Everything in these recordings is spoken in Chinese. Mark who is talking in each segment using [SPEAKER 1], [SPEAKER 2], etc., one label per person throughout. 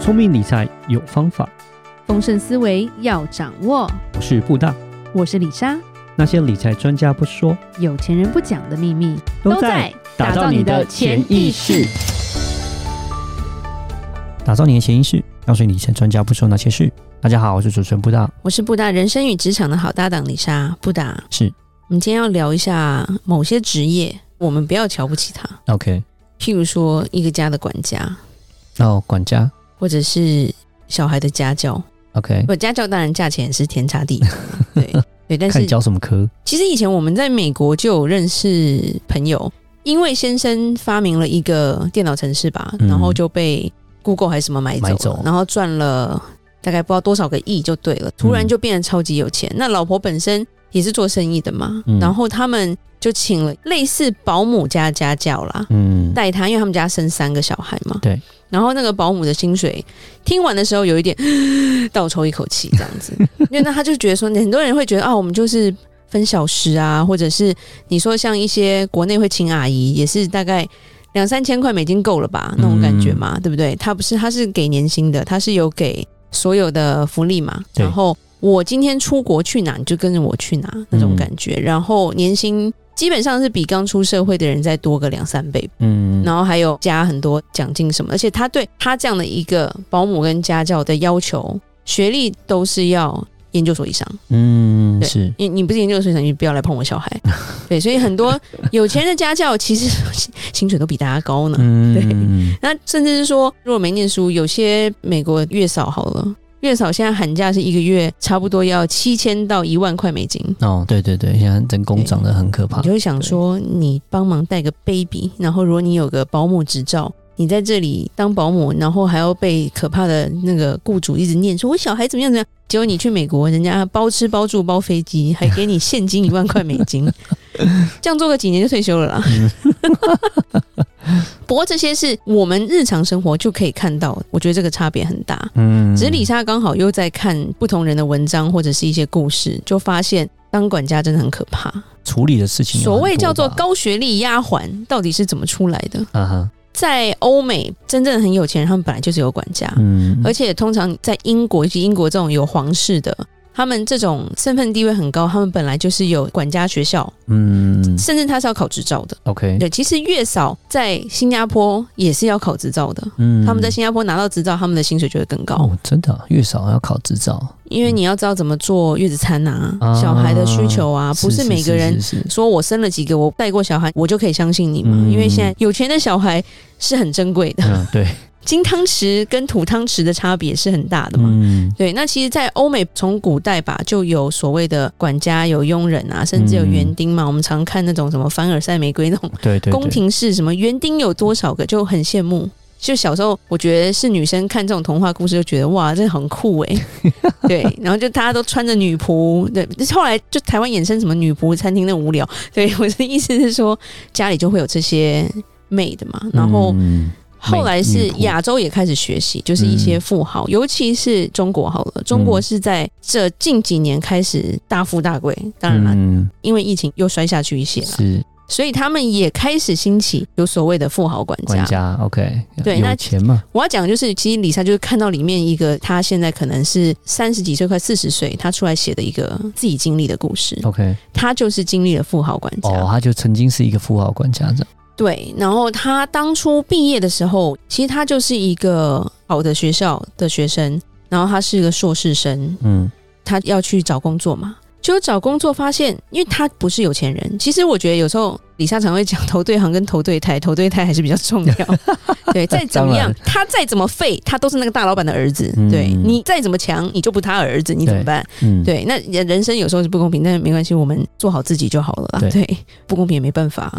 [SPEAKER 1] 聪明理财有方法，
[SPEAKER 2] 丰盛思维要掌握。
[SPEAKER 1] 我是布大。
[SPEAKER 2] 我是李莎，
[SPEAKER 1] 那些理财专家不说，
[SPEAKER 2] 有钱人不讲的秘密
[SPEAKER 1] 打造你的潜意识。，打造你的潜意识，告诉你理财专家不说那些事。大家好，我是主持人布大。
[SPEAKER 2] 我是布达人生与职场的好搭档李莎。布达，
[SPEAKER 1] 是
[SPEAKER 2] 我们今天要聊一下某些职业，我们不要瞧不起它，
[SPEAKER 1] OK，
[SPEAKER 2] 譬如说一个家的管家，
[SPEAKER 1] 哦，管家
[SPEAKER 2] 或者是小孩的家教。
[SPEAKER 1] OK，
[SPEAKER 2] 不，家教当然价钱也是天差地别，对对。但
[SPEAKER 1] 看你
[SPEAKER 2] 是
[SPEAKER 1] 教什么科
[SPEAKER 2] 其实以前我们在美国就有认识朋友，因为先生发明了一个电脑程式吧，
[SPEAKER 1] 嗯
[SPEAKER 2] 然后就被 Google 还是什么买走了，
[SPEAKER 1] 买走
[SPEAKER 2] 然后赚了大概不知道多少个亿就对了，突然
[SPEAKER 1] 嗯
[SPEAKER 2] 就变得超级有钱。那老婆本身也是做生意的嘛，
[SPEAKER 1] 嗯
[SPEAKER 2] 然后他们就请了类似保姆加家教啦。
[SPEAKER 1] 嗯，
[SPEAKER 2] 带他，因为他们家生三个小孩嘛。
[SPEAKER 1] 对。
[SPEAKER 2] 然后那个保姆的薪水，听完的时候有一点 倒抽一口气，这样 子，因为那他就觉得说，很多人会觉得啊，我们就是分小时啊，或者是你说像一些国内会请阿姨，也是大概两三千块美金够了吧，那种感觉嘛，
[SPEAKER 1] 嗯
[SPEAKER 2] 对不对？他不是，他是给年薪的，他是有给所有的福利嘛，
[SPEAKER 1] 对
[SPEAKER 2] 然后。我今天出国去哪，你就跟着我去哪那种
[SPEAKER 1] 嗯
[SPEAKER 2] 感觉。然后年薪基本上是比刚出社会的人再多个两三倍
[SPEAKER 1] 嗯，
[SPEAKER 2] 然后还有加很多奖金什么，而且他对他这样的一个保姆跟家教的要求，学历都是要研究所以上。
[SPEAKER 1] 嗯，
[SPEAKER 2] 对
[SPEAKER 1] 是
[SPEAKER 2] 你你不是研究所以上，你不要来碰我小孩。对，所以很多有钱人的家教其实 薪水都比大家高呢。
[SPEAKER 1] 嗯，
[SPEAKER 2] 那甚至是说，如果没念书，有些美国月嫂好了，月嫂现在寒假是一个月差不多要七千到一万块美金。
[SPEAKER 1] 哦，对对对，现在人工涨得很可怕
[SPEAKER 2] 你就，会想说，你帮忙带个 baby，然后如果你有个保姆执照，你在这里当保姆，然后还要被可怕的那个雇主一直念说，我小孩怎么样怎么样。结果你去美国，人家包吃包住包飞机，还给你现金一万块美金，这样做个几年就退休了啦。不过这些是我们日常生活就可以看到，我觉得这个差别很大。
[SPEAKER 1] 嗯，
[SPEAKER 2] 只是李莎刚好又在看不同人的文章或者是一些故事，就发现当管家真的很可怕。
[SPEAKER 1] 处理的事情有很多吧，
[SPEAKER 2] 所谓叫做高学历丫鬟，到底是怎么出来的？
[SPEAKER 1] 啊哈，
[SPEAKER 2] 在欧美，真正很有钱人，他们本来就是有管家，
[SPEAKER 1] 嗯，
[SPEAKER 2] 而且通常在英国以及英国这种有皇室的，他们这种身份地位很高，他们本来就是有管家学校，
[SPEAKER 1] 嗯
[SPEAKER 2] 甚至他是要考执照的。
[SPEAKER 1] ，OK，
[SPEAKER 2] 对，其实月嫂在新加坡也是要考执照的，
[SPEAKER 1] 嗯，
[SPEAKER 2] 他们在新加坡拿到执照，他们的薪水就会更高。
[SPEAKER 1] 哦，真的啊月嫂要考执照，
[SPEAKER 2] 因为你要知道怎么做月子餐啊，
[SPEAKER 1] 啊
[SPEAKER 2] 小孩的需求啊，不
[SPEAKER 1] 是
[SPEAKER 2] 是每个人
[SPEAKER 1] 是 是是
[SPEAKER 2] 说我生了几个，我带过小孩，我就可以相信你嘛？
[SPEAKER 1] 嗯
[SPEAKER 2] 因为现在有钱的小孩是很珍贵的，
[SPEAKER 1] 嗯，对，
[SPEAKER 2] 金汤匙跟土汤匙的差别是很大的嘛。
[SPEAKER 1] 嗯，
[SPEAKER 2] 对，那其实，在欧美从古代吧，就有所谓的管家、有佣人啊，甚至有园丁嘛。我们常看那种什么凡尔赛玫瑰那种
[SPEAKER 1] 嗯对对，
[SPEAKER 2] 宫廷式，什么园丁有多少个，就很羡慕。就小时候，我觉得是女生看这种童话故事，就觉得哇，这很酷欸诶、对，然后就大家都穿着女仆，对，后来就台湾衍生什么女仆餐厅那种无聊。对我的意思是说，家里就会有这些 maid 嘛，
[SPEAKER 1] 对，
[SPEAKER 2] 然后
[SPEAKER 1] 嗯
[SPEAKER 2] 后来
[SPEAKER 1] 美
[SPEAKER 2] 是
[SPEAKER 1] 女仆嗯
[SPEAKER 2] 亚洲也开始学习，就是一些富豪，尤其是中国好了，中国是在这近几年开始大富大贵，当然了，
[SPEAKER 1] 嗯，
[SPEAKER 2] 因为疫情又摔下去一些了，
[SPEAKER 1] 是
[SPEAKER 2] 所以他们也开始兴起有所谓的富豪管家。
[SPEAKER 1] 管家，OK，
[SPEAKER 2] 对
[SPEAKER 1] 有
[SPEAKER 2] 那
[SPEAKER 1] 钱嘛，
[SPEAKER 2] 我要讲的就是，其实李莎就是看到里面一个她现在可能是三十几岁快四十岁，她出来写的一个自己经历的故事，
[SPEAKER 1] OK，
[SPEAKER 2] 她就是经历了富豪嗯管家。
[SPEAKER 1] 哦，他就曾经是一个富豪管家这样，
[SPEAKER 2] 对，然后他当初毕业的时候，其实他就是一个好的学校的学生，然后他是一个硕士生，
[SPEAKER 1] 嗯
[SPEAKER 2] 他要去找工作嘛。就找工作发现，因为他不是有钱人。其实我觉得有时候李莎常会讲投对行跟投对台，投对台还是比较重要。 对，再怎么
[SPEAKER 1] 当
[SPEAKER 2] 样
[SPEAKER 1] 然，
[SPEAKER 2] 他再怎么废，他都是那个大老板的儿子。
[SPEAKER 1] 嗯
[SPEAKER 2] 对你再怎么强，你就不他儿子，你怎么
[SPEAKER 1] 对
[SPEAKER 2] 办？
[SPEAKER 1] 嗯，，
[SPEAKER 2] 对，那人人生有时候是不公平，但是没关系，我们做好自己就好了啦。对，
[SPEAKER 1] 对
[SPEAKER 2] 不公平也没办 法，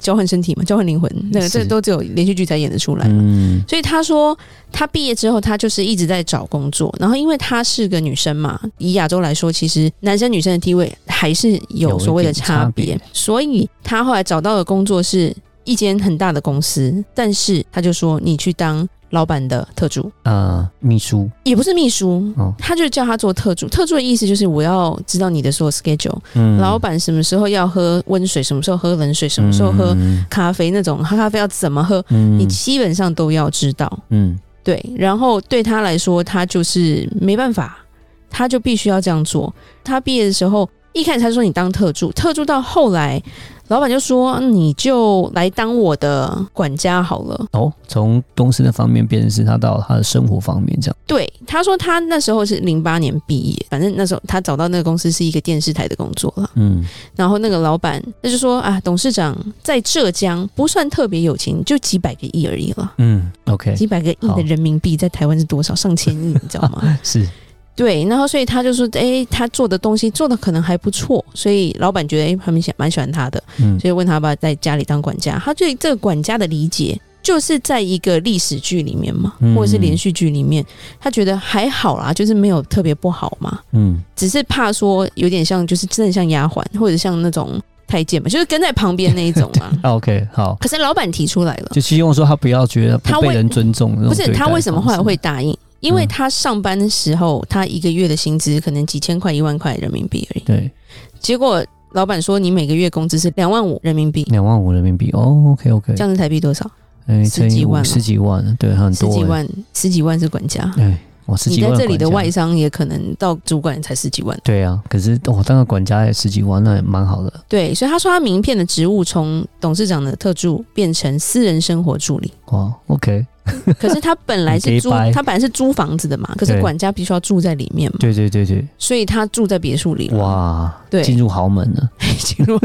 [SPEAKER 2] 交换身体嘛，交换灵魂，那个这
[SPEAKER 1] 是
[SPEAKER 2] 都只有连续剧才演得出来。
[SPEAKER 1] 嗯
[SPEAKER 2] 所以他说，他毕业之后，他就是一直在找工作。然后，因为她是个女生嘛，以亚洲来说，其实男生女生的地位还是有所谓的差
[SPEAKER 1] 有一
[SPEAKER 2] 别。
[SPEAKER 1] 点
[SPEAKER 2] 所以，她后来找到的工作是一间很大的公司，但是他就说，你去当老板的特助，
[SPEAKER 1] 啊，秘书，
[SPEAKER 2] 也不是秘书，
[SPEAKER 1] 哦，
[SPEAKER 2] 他就叫他做特助，特助的意思就是我要知道你的所有 schedule，、
[SPEAKER 1] 嗯
[SPEAKER 2] 老板什么时候要喝温水，什么时候喝冷水，什么时候喝
[SPEAKER 1] 嗯
[SPEAKER 2] 咖啡那种，喝咖啡要怎么喝，
[SPEAKER 1] 嗯
[SPEAKER 2] 你基本上都要知道。
[SPEAKER 1] 嗯
[SPEAKER 2] 对，然后对他来说，他就是没办法，他就必须要这样做。他毕业的时候，一开始他说你当特助，特助到后来，老板就说嗯你就来当我的管家好了。
[SPEAKER 1] 哦，从公司的方面变成是他到他的生活方面这样。
[SPEAKER 2] 对，他说他那时候是零八年毕业，反正那时候他找到那个公司是一个电视台的工作了。
[SPEAKER 1] 嗯，
[SPEAKER 2] 然后那个老板他就说啊，董事长在浙江不算特别有钱，就几百个亿而已了。
[SPEAKER 1] 嗯，OK，
[SPEAKER 2] 几百个亿
[SPEAKER 1] 好
[SPEAKER 2] 的人民币在台湾是多少？上千亿，你知道吗？
[SPEAKER 1] 是
[SPEAKER 2] 对，然后所以他就说，哎、他做的东西做的可能还不错，所以老板觉得哎、他们喜蛮喜欢他的，
[SPEAKER 1] 嗯
[SPEAKER 2] 所以问他要不要在家里当管家。他对这个管家的理解，就是在一个历史剧里面嘛，
[SPEAKER 1] 嗯
[SPEAKER 2] 或者是连续剧里面，他觉得还好啦，就是没有特别不好嘛，
[SPEAKER 1] 嗯
[SPEAKER 2] 只是怕说有点像，就是真的像丫鬟或者像那种太监嘛，就是跟在旁边那一种 啊。
[SPEAKER 1] 啊，OK，好，
[SPEAKER 2] 可是老板提出来了，
[SPEAKER 1] 就希望说他不要觉得
[SPEAKER 2] 他
[SPEAKER 1] 不
[SPEAKER 2] 为
[SPEAKER 1] 被人尊重那种
[SPEAKER 2] 不是
[SPEAKER 1] 对待
[SPEAKER 2] 他为什么后来
[SPEAKER 1] 方式
[SPEAKER 2] 会答应？因为
[SPEAKER 1] 嗯
[SPEAKER 2] 他上班的时候，他一个月的薪资可能几千块、一万块人民币而已。
[SPEAKER 1] 对
[SPEAKER 2] 结果老板说你每个月工资是两万五人民币，
[SPEAKER 1] 两万五人民币哦，OK OK，
[SPEAKER 2] 这样是台币多少？
[SPEAKER 1] 哎，
[SPEAKER 2] 十
[SPEAKER 1] 乘
[SPEAKER 2] 几
[SPEAKER 1] 以五
[SPEAKER 2] 万嘛
[SPEAKER 1] 十几万，对，很
[SPEAKER 2] 十
[SPEAKER 1] 多
[SPEAKER 2] 几
[SPEAKER 1] 哎，
[SPEAKER 2] 万，十几万是管家。
[SPEAKER 1] 哎，哇， 十
[SPEAKER 2] 你
[SPEAKER 1] 几万
[SPEAKER 2] 在
[SPEAKER 1] 管家，
[SPEAKER 2] 这里的外商也可能到主管才十几万，
[SPEAKER 1] 对啊，可是我、哦、当个管家也十几万，那也蛮好的。
[SPEAKER 2] 对，所以他说他名片的职务从董事长的特助变成私人生活 助理，
[SPEAKER 1] 哇，OK，
[SPEAKER 2] 可是他本来
[SPEAKER 1] 很
[SPEAKER 2] 是
[SPEAKER 1] gay
[SPEAKER 2] 租，
[SPEAKER 1] bye
[SPEAKER 2] 他本来是租房子的嘛，可是
[SPEAKER 1] 对
[SPEAKER 2] 管家必须要住在里面嘛，
[SPEAKER 1] 对对对对，
[SPEAKER 2] 所以他住在别墅里了，
[SPEAKER 1] 哇，
[SPEAKER 2] 对
[SPEAKER 1] 进入豪门了，
[SPEAKER 2] 进入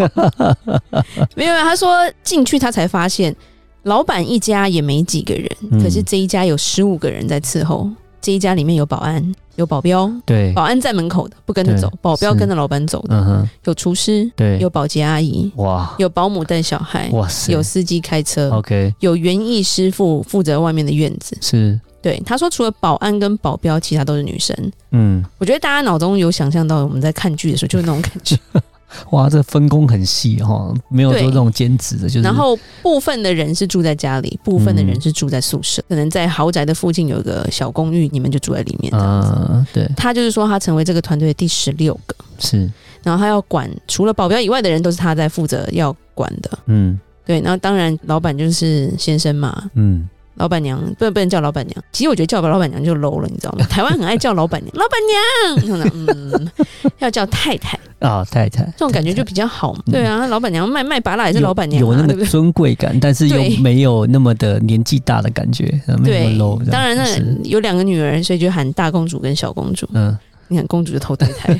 [SPEAKER 2] 没有，他说进去他才发现，老板一家也没几个人，
[SPEAKER 1] 嗯
[SPEAKER 2] 可是这一家有十五个人在伺候，这一家里面有保安，有保镖，
[SPEAKER 1] 对，
[SPEAKER 2] 保安在门口的不跟着走
[SPEAKER 1] 对，
[SPEAKER 2] 保镖
[SPEAKER 1] 是
[SPEAKER 2] 跟着老板走的，
[SPEAKER 1] 嗯哼，
[SPEAKER 2] 有厨师，
[SPEAKER 1] 对，
[SPEAKER 2] 有保洁阿姨，
[SPEAKER 1] 哇，
[SPEAKER 2] 有保姆带小孩，
[SPEAKER 1] 哇塞，
[SPEAKER 2] 有司机开车。
[SPEAKER 1] OK，
[SPEAKER 2] 有园艺师傅负责外面的院子，
[SPEAKER 1] 是，
[SPEAKER 2] 对他说，除了保安跟保镖，其他都是女生。
[SPEAKER 1] 嗯，
[SPEAKER 2] 我觉得大家脑中有想象到我们在看剧的时候，就是那种感 觉。
[SPEAKER 1] 哇，这分工很细哈、哦，没有说
[SPEAKER 2] 对
[SPEAKER 1] 这种兼职的，就是
[SPEAKER 2] 然后部分的人是住在家里，部分的
[SPEAKER 1] 嗯
[SPEAKER 2] 人是住在宿舍，可能在豪宅的附近有一个小公寓，你们就住在里面这样子。
[SPEAKER 1] 呃，对，
[SPEAKER 2] 他就是说，他成为这个团队的第十六个，
[SPEAKER 1] 是，
[SPEAKER 2] 然后他要管除了保镖以外的人，都是他在负责要管的。
[SPEAKER 1] 嗯
[SPEAKER 2] 对，然后当然老板就是先生嘛，
[SPEAKER 1] 嗯，
[SPEAKER 2] 老板娘不能不能叫老板娘，其实我觉得叫老板娘就 low 了，你知道吗？ 台湾很爱叫老板娘，老板娘， 嗯，要叫太太，
[SPEAKER 1] 啊，太太，
[SPEAKER 2] 这种感觉就比较好嘛。
[SPEAKER 1] 嗯
[SPEAKER 2] 对啊，老板娘卖卖拔蜡也是
[SPEAKER 1] 有
[SPEAKER 2] 老板娘、啊，
[SPEAKER 1] 有那
[SPEAKER 2] 对不
[SPEAKER 1] 个
[SPEAKER 2] 对？
[SPEAKER 1] 尊贵感，但是
[SPEAKER 2] 对
[SPEAKER 1] 又没有那么的年纪大的感觉，呃没有
[SPEAKER 2] 对
[SPEAKER 1] 那么 low，这样，
[SPEAKER 2] 当然
[SPEAKER 1] 是
[SPEAKER 2] 那有两个女儿，所以就喊大公主跟小公主。
[SPEAKER 1] 嗯，
[SPEAKER 2] 你看公主就投对胎，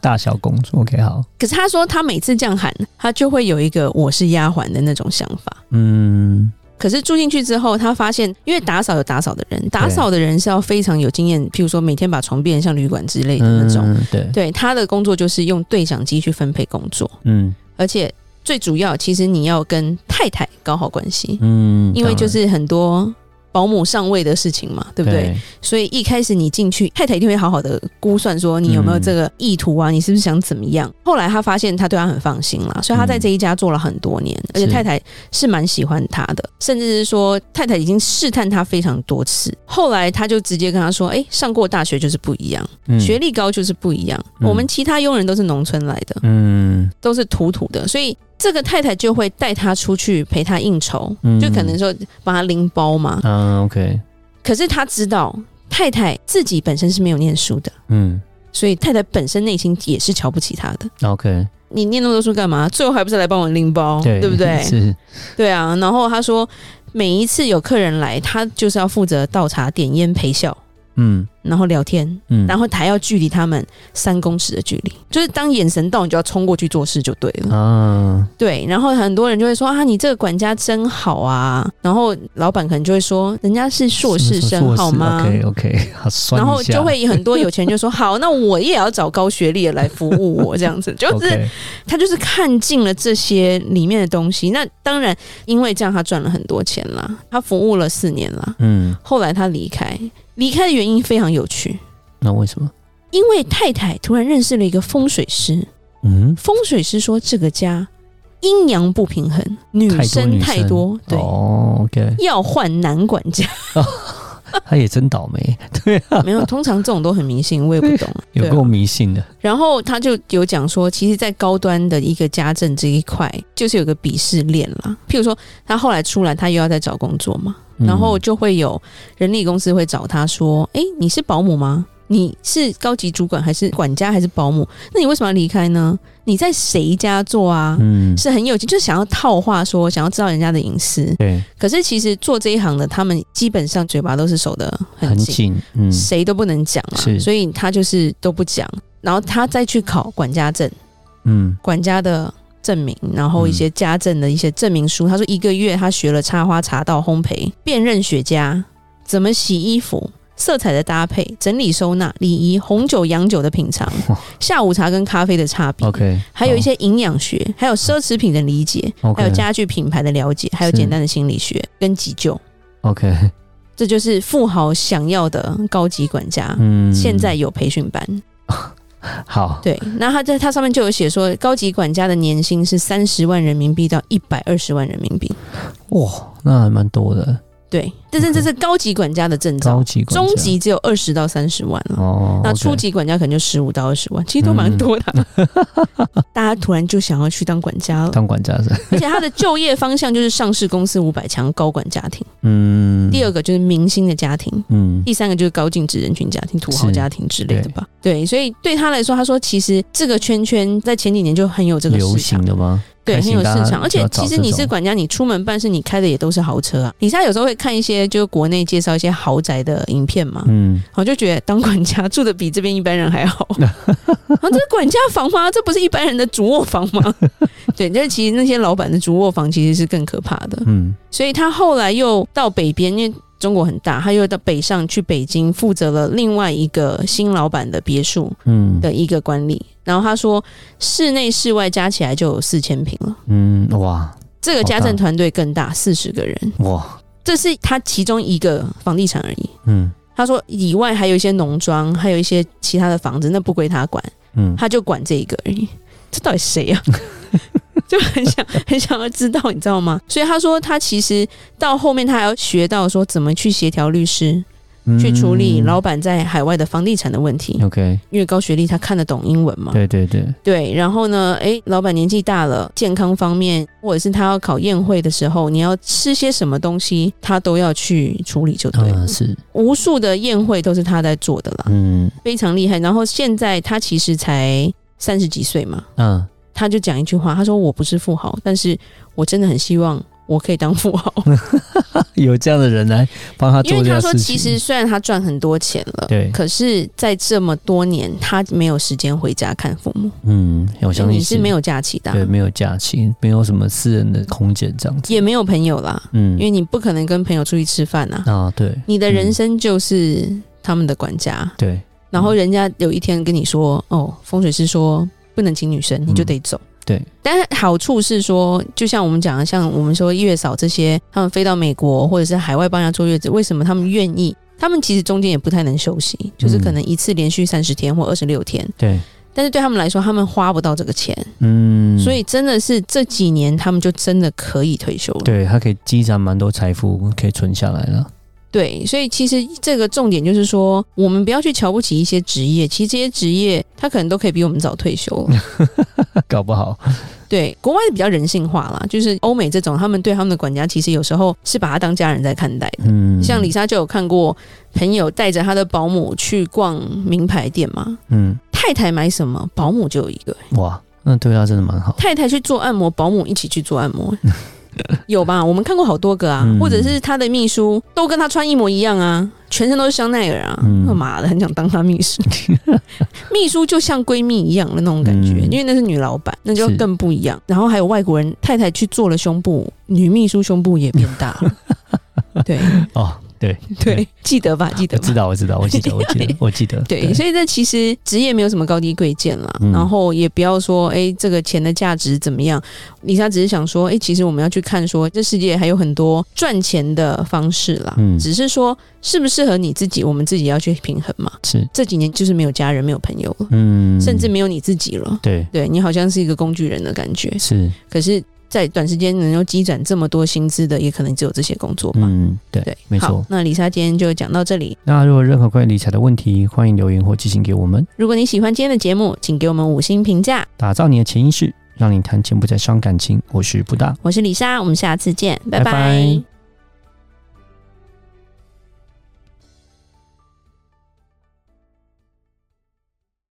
[SPEAKER 1] 大小公主，OK，好，
[SPEAKER 2] 可是她说她每次这样喊，她就会有一个我是丫鬟的那种想法。
[SPEAKER 1] 嗯，
[SPEAKER 2] 可是住进去之后，她发现，因为打扫有打扫的人，打扫的人是要非常有经验，譬如说每天把床变得像旅馆之类的那种。
[SPEAKER 1] 嗯，对，
[SPEAKER 2] 对，她的工作就是用对讲机去分配工作，
[SPEAKER 1] 嗯
[SPEAKER 2] 而且最主要，其实你要跟太太搞好关系，
[SPEAKER 1] 嗯，
[SPEAKER 2] 因为就
[SPEAKER 1] 当然
[SPEAKER 2] 是很多保姆上位的事情嘛，对不对？所以一开始你进去，太太一定会好好的估算说你有没有这个意图啊，你是不是想怎么样？后来他发现他对他很放心
[SPEAKER 1] 嗯
[SPEAKER 2] 啦，所以他在这一家做了很多年，而且太太是蛮喜欢他的，甚至是说太太已经试探他非常多次。后来他就直接跟他说：“哎、上过大学就是不一样，
[SPEAKER 1] 嗯
[SPEAKER 2] 学历高就是不一样。
[SPEAKER 1] 嗯
[SPEAKER 2] 我们其他佣人都是农村来的，
[SPEAKER 1] 嗯
[SPEAKER 2] 都是土土的，所以这个太太就会带他出去陪他应酬，
[SPEAKER 1] 嗯
[SPEAKER 2] 就可能说帮他拎包嘛，
[SPEAKER 1] 啊，OK，
[SPEAKER 2] 可是他知道太太自己本身是没有念书的，
[SPEAKER 1] 嗯
[SPEAKER 2] 所以太太本身内心也是瞧不起他的。
[SPEAKER 1] ，OK，
[SPEAKER 2] 你念那么多书干嘛？最后还不是来帮我拎包，
[SPEAKER 1] 对，
[SPEAKER 2] 不对？
[SPEAKER 1] 是，
[SPEAKER 2] 对啊。然后他说，每一次有客人来，他就是要负责倒茶、点烟、陪笑，
[SPEAKER 1] 嗯
[SPEAKER 2] 然后聊天，
[SPEAKER 1] 嗯，
[SPEAKER 2] 然后还要距离他们三公尺的距离，就是当眼神到，你就要冲过去做事就对了。
[SPEAKER 1] 啊，
[SPEAKER 2] 对，然后很多人就会说啊，你这个管家真好啊。然后老板可能就会说，人家是硕士生好吗？
[SPEAKER 1] ？OK OK，好酸一
[SPEAKER 2] 然
[SPEAKER 1] 下，
[SPEAKER 2] 后就会很多有钱人就说：“好，那我也要找高学历的来服务我。”这样子， 就是
[SPEAKER 1] OK，
[SPEAKER 2] 他就是看尽了这些里面的东西。那当然，因为这样他赚了很多钱啦，他服务了四年啦。
[SPEAKER 1] 嗯，
[SPEAKER 2] 后来他离开，离开的原因非常有趣，
[SPEAKER 1] 那为什么？
[SPEAKER 2] 因为太太突然认识了一个风水师，
[SPEAKER 1] 嗯，
[SPEAKER 2] 风水师说这个家阴阳不平衡，女
[SPEAKER 1] 太多
[SPEAKER 2] 生
[SPEAKER 1] 女哦
[SPEAKER 2] 太多，对，
[SPEAKER 1] 哦，OK，
[SPEAKER 2] 要换男管家。
[SPEAKER 1] 他也真倒霉， 对啊，
[SPEAKER 2] 没有，通常这种都很迷信，我也不懂。
[SPEAKER 1] 有
[SPEAKER 2] 对啊
[SPEAKER 1] 够迷信的。
[SPEAKER 2] 然后他就有讲说，其实，在高端的一个家政这一块，就是有个鄙视链啦。譬如说，他后来出来，他又要再找工作嘛，
[SPEAKER 1] 嗯
[SPEAKER 2] 啊然后就会有人力公司会找他说：“诶，你是保姆吗？你是高级主管还是管家还是保姆？那你为什么要离开呢？你在谁家做啊？
[SPEAKER 1] 嗯，
[SPEAKER 2] 是很有钱，就是想要套话说，想要知道人家的隐私。
[SPEAKER 1] 对，
[SPEAKER 2] 可是其实做这一行的，他们基本上嘴巴都是守得
[SPEAKER 1] 很
[SPEAKER 2] 很紧，
[SPEAKER 1] 紧，嗯，
[SPEAKER 2] 谁都不能讲啊
[SPEAKER 1] 是，
[SPEAKER 2] 所以他就是都不讲。然后他再去考管家证，
[SPEAKER 1] 嗯，
[SPEAKER 2] 管家的证明，然后一些家政的一些证明书。他说一个月他学了插花、茶道、烘焙、辨认雪茄、怎么洗衣服、色彩的搭配、整理收纳、礼仪、红酒、洋酒的品尝
[SPEAKER 1] 哇、
[SPEAKER 2] 下午茶跟咖啡的差别。
[SPEAKER 1] ，OK，
[SPEAKER 2] 还有一些营养学，还有奢侈品的理解，
[SPEAKER 1] 好，OK，
[SPEAKER 2] 还有家具品牌的了解，还有
[SPEAKER 1] 是
[SPEAKER 2] 简单的心理学跟急救，
[SPEAKER 1] ，OK，
[SPEAKER 2] 这就是富豪想要的高级管家。
[SPEAKER 1] 嗯，
[SPEAKER 2] 现在有培训班，
[SPEAKER 1] 好，
[SPEAKER 2] 对，那他在他上面就有写说，高级管家的年薪是三十万人民币到一百二十万人民币，
[SPEAKER 1] 哇，那还蛮多的，
[SPEAKER 2] 对，但是这是高级管家的证照
[SPEAKER 1] 高，级管
[SPEAKER 2] 中
[SPEAKER 1] 家
[SPEAKER 2] 级只有二十到三十万了、
[SPEAKER 1] 哦，
[SPEAKER 2] 那
[SPEAKER 1] OK
[SPEAKER 2] 初级管家可能就十五到二十万，其实都蛮多的。啊
[SPEAKER 1] 嗯
[SPEAKER 2] 大家突然就想要去当管 家了，
[SPEAKER 1] 当管家是，
[SPEAKER 2] 而且他的就业方向就是上市公司五百强高管家庭，
[SPEAKER 1] 嗯，
[SPEAKER 2] 第二个就是明星的家庭，
[SPEAKER 1] 嗯，
[SPEAKER 2] 第三个就是高净值人群家庭、土豪
[SPEAKER 1] 是
[SPEAKER 2] 家庭之类的吧。对，所以对他来说，他说其实这个圈圈在前几年就很有这个啊
[SPEAKER 1] 流
[SPEAKER 2] 市
[SPEAKER 1] 行
[SPEAKER 2] 场，
[SPEAKER 1] 的吗？
[SPEAKER 2] 对，
[SPEAKER 1] 开
[SPEAKER 2] 很
[SPEAKER 1] 心
[SPEAKER 2] 有
[SPEAKER 1] 大
[SPEAKER 2] 市
[SPEAKER 1] 家
[SPEAKER 2] 场。而
[SPEAKER 1] 就要
[SPEAKER 2] 且
[SPEAKER 1] 找
[SPEAKER 2] 其实
[SPEAKER 1] 这
[SPEAKER 2] 你是
[SPEAKER 1] 种
[SPEAKER 2] 管家，你出门办事，你开的也都是豪车啊。李莎有时候会看一些就是国内介绍一些豪宅的影片嘛，
[SPEAKER 1] 嗯，
[SPEAKER 2] 我就觉得当管家住的比这边一般人还好。 啊，这是管家房吗？这不是一般人的主卧房吗？ 对，但是其实那些老板的主卧房其实是更可怕的。
[SPEAKER 1] 嗯，
[SPEAKER 2] 所以他后来又到北边，因为中国很大，他又到北上去北京，负责了另外一个新老板的别墅
[SPEAKER 1] 嗯，
[SPEAKER 2] 的一个管理。然后他说，室内室外加起来就有四千平了。
[SPEAKER 1] 嗯，哇
[SPEAKER 2] 这个家政团队更大，四十个人，
[SPEAKER 1] 哇，
[SPEAKER 2] 这是他其中一个房地产而已。
[SPEAKER 1] 嗯
[SPEAKER 2] 他说，以外还有一些农庄，还有一些其他的房子，那不归他管，
[SPEAKER 1] 嗯，
[SPEAKER 2] 他就管这一个而已。这到底谁呀、 就很想 很想要知道，你知道吗？所以他说，他其实到后面他还要学到说怎么去协调律师，去处理
[SPEAKER 1] 嗯
[SPEAKER 2] 老板在海外的房地产的问题。
[SPEAKER 1] ，OK，
[SPEAKER 2] 因为高学历，他看得懂英文嘛？
[SPEAKER 1] 对对对，
[SPEAKER 2] 对，然后呢，诶，老板年纪大了，健康方面，或者是他要考宴会的时候，你要吃些什么东西，他都要去处理，就对了。
[SPEAKER 1] 嗯是，
[SPEAKER 2] 无数的宴会都是他在做的啦，
[SPEAKER 1] 嗯
[SPEAKER 2] 非常厉害。然后现在他其实才三十几岁嘛，
[SPEAKER 1] 嗯，
[SPEAKER 2] 他就讲一句话，他说：“我不是富豪，但是我真的很希望我可以当 富豪。
[SPEAKER 1] 有这样的人来帮他”
[SPEAKER 2] 因
[SPEAKER 1] 做
[SPEAKER 2] 为
[SPEAKER 1] 这
[SPEAKER 2] 他
[SPEAKER 1] 样的
[SPEAKER 2] 说，
[SPEAKER 1] 事
[SPEAKER 2] 其实
[SPEAKER 1] 情，
[SPEAKER 2] 虽然他赚很多钱了，
[SPEAKER 1] 对，
[SPEAKER 2] 可是在这么多年，他没有时间回家看父母，
[SPEAKER 1] 嗯，我相
[SPEAKER 2] 你
[SPEAKER 1] 信
[SPEAKER 2] 是没有假期的啊、
[SPEAKER 1] 对没有假期，没有什么私人的空间这样子，
[SPEAKER 2] 也没有朋友啦，
[SPEAKER 1] 嗯
[SPEAKER 2] 因为你不可能跟朋友出去吃饭啊。
[SPEAKER 1] 啊对
[SPEAKER 2] 你的人生就是他们的管家，
[SPEAKER 1] 对，
[SPEAKER 2] 然后人家有一天跟你说：“哦，风水师说不能请女生，你就得走。
[SPEAKER 1] 嗯对，
[SPEAKER 2] 但是好处是说，就像我们讲的，像我们说月嫂这些，他们飞到美国或者是海外帮人家坐月子，为什么他们愿意？他们其实中间也不太能休息，就是可能
[SPEAKER 1] 嗯
[SPEAKER 2] 一次连续三十天或二十六天，
[SPEAKER 1] 对，
[SPEAKER 2] 但是对他们来说，他们花不到这个钱，
[SPEAKER 1] 嗯，
[SPEAKER 2] 所以真的是这几年他们就真的可以退休了。
[SPEAKER 1] 对他可以积攒蛮多财富，可以存下来了，
[SPEAKER 2] 对，所以其实这个重点就是说，我们不要去瞧不起一些职业，其实这些职业他可能都可以比我们早退休了。
[SPEAKER 1] 搞不好，
[SPEAKER 2] 对，国外比较人性化啦，就是欧美这种，他们对他们的管家其实有时候是把他当家人在看待的。
[SPEAKER 1] 嗯，
[SPEAKER 2] 像李，莎就有看过朋友带着他的保姆去逛名牌店嘛，
[SPEAKER 1] 嗯，
[SPEAKER 2] 太太买什么，保姆就有一个；
[SPEAKER 1] 哇，那对他真的蛮 好，
[SPEAKER 2] 太太去做按摩，保姆一起去做按 摩。有吧？我们看过好多个啊，
[SPEAKER 1] 嗯
[SPEAKER 2] 或者是他的秘书都跟他穿一模一样啊，全身都是香奈儿啊，
[SPEAKER 1] 嗯
[SPEAKER 2] 他妈的，很想当他秘书。秘书就像闺蜜一样的那种感觉，
[SPEAKER 1] 嗯
[SPEAKER 2] 因为那是女老板，那就是更不一样。然后还有外国人太太去做了胸部，女秘书胸部也变大 了。对
[SPEAKER 1] 哦，对，
[SPEAKER 2] 对，记得吧，记得
[SPEAKER 1] 我
[SPEAKER 2] 吧
[SPEAKER 1] 知。道我知道，我记 得我记得我记得，
[SPEAKER 2] 对，所以这其实职业没有什么高低贵贱啦，
[SPEAKER 1] 嗯
[SPEAKER 2] 然后也不要说哎、诶这个钱的价值怎么样。李莎只是想说，哎、其实我们要去看说这世界还有很多赚钱的方式啦，
[SPEAKER 1] 嗯
[SPEAKER 2] 只是说适不适合你自己，我们自己要去平衡嘛。
[SPEAKER 1] 是，
[SPEAKER 2] 这几年就是没有家人，没有朋友了，
[SPEAKER 1] 嗯，
[SPEAKER 2] 甚至没有你自己了，
[SPEAKER 1] 对
[SPEAKER 2] 对你好像是一个工具人的感觉。
[SPEAKER 1] 是，
[SPEAKER 2] 可是，在短时间能够积攒这么多薪资的，也可能只有这些工作吧。
[SPEAKER 1] 嗯，对，
[SPEAKER 2] 对，
[SPEAKER 1] 没错
[SPEAKER 2] 好，那李莎今天就讲到这里。
[SPEAKER 1] 那如果有任何关于理财的问题，欢迎留言或寄信给我们。
[SPEAKER 2] 如果你喜欢今天的节目，请给我们五星评价。
[SPEAKER 1] 打造你的潜意识，让你谈钱不再伤感情。我是布大。
[SPEAKER 2] 我是李莎，我们下次见，拜
[SPEAKER 1] 拜
[SPEAKER 2] 拜
[SPEAKER 1] 拜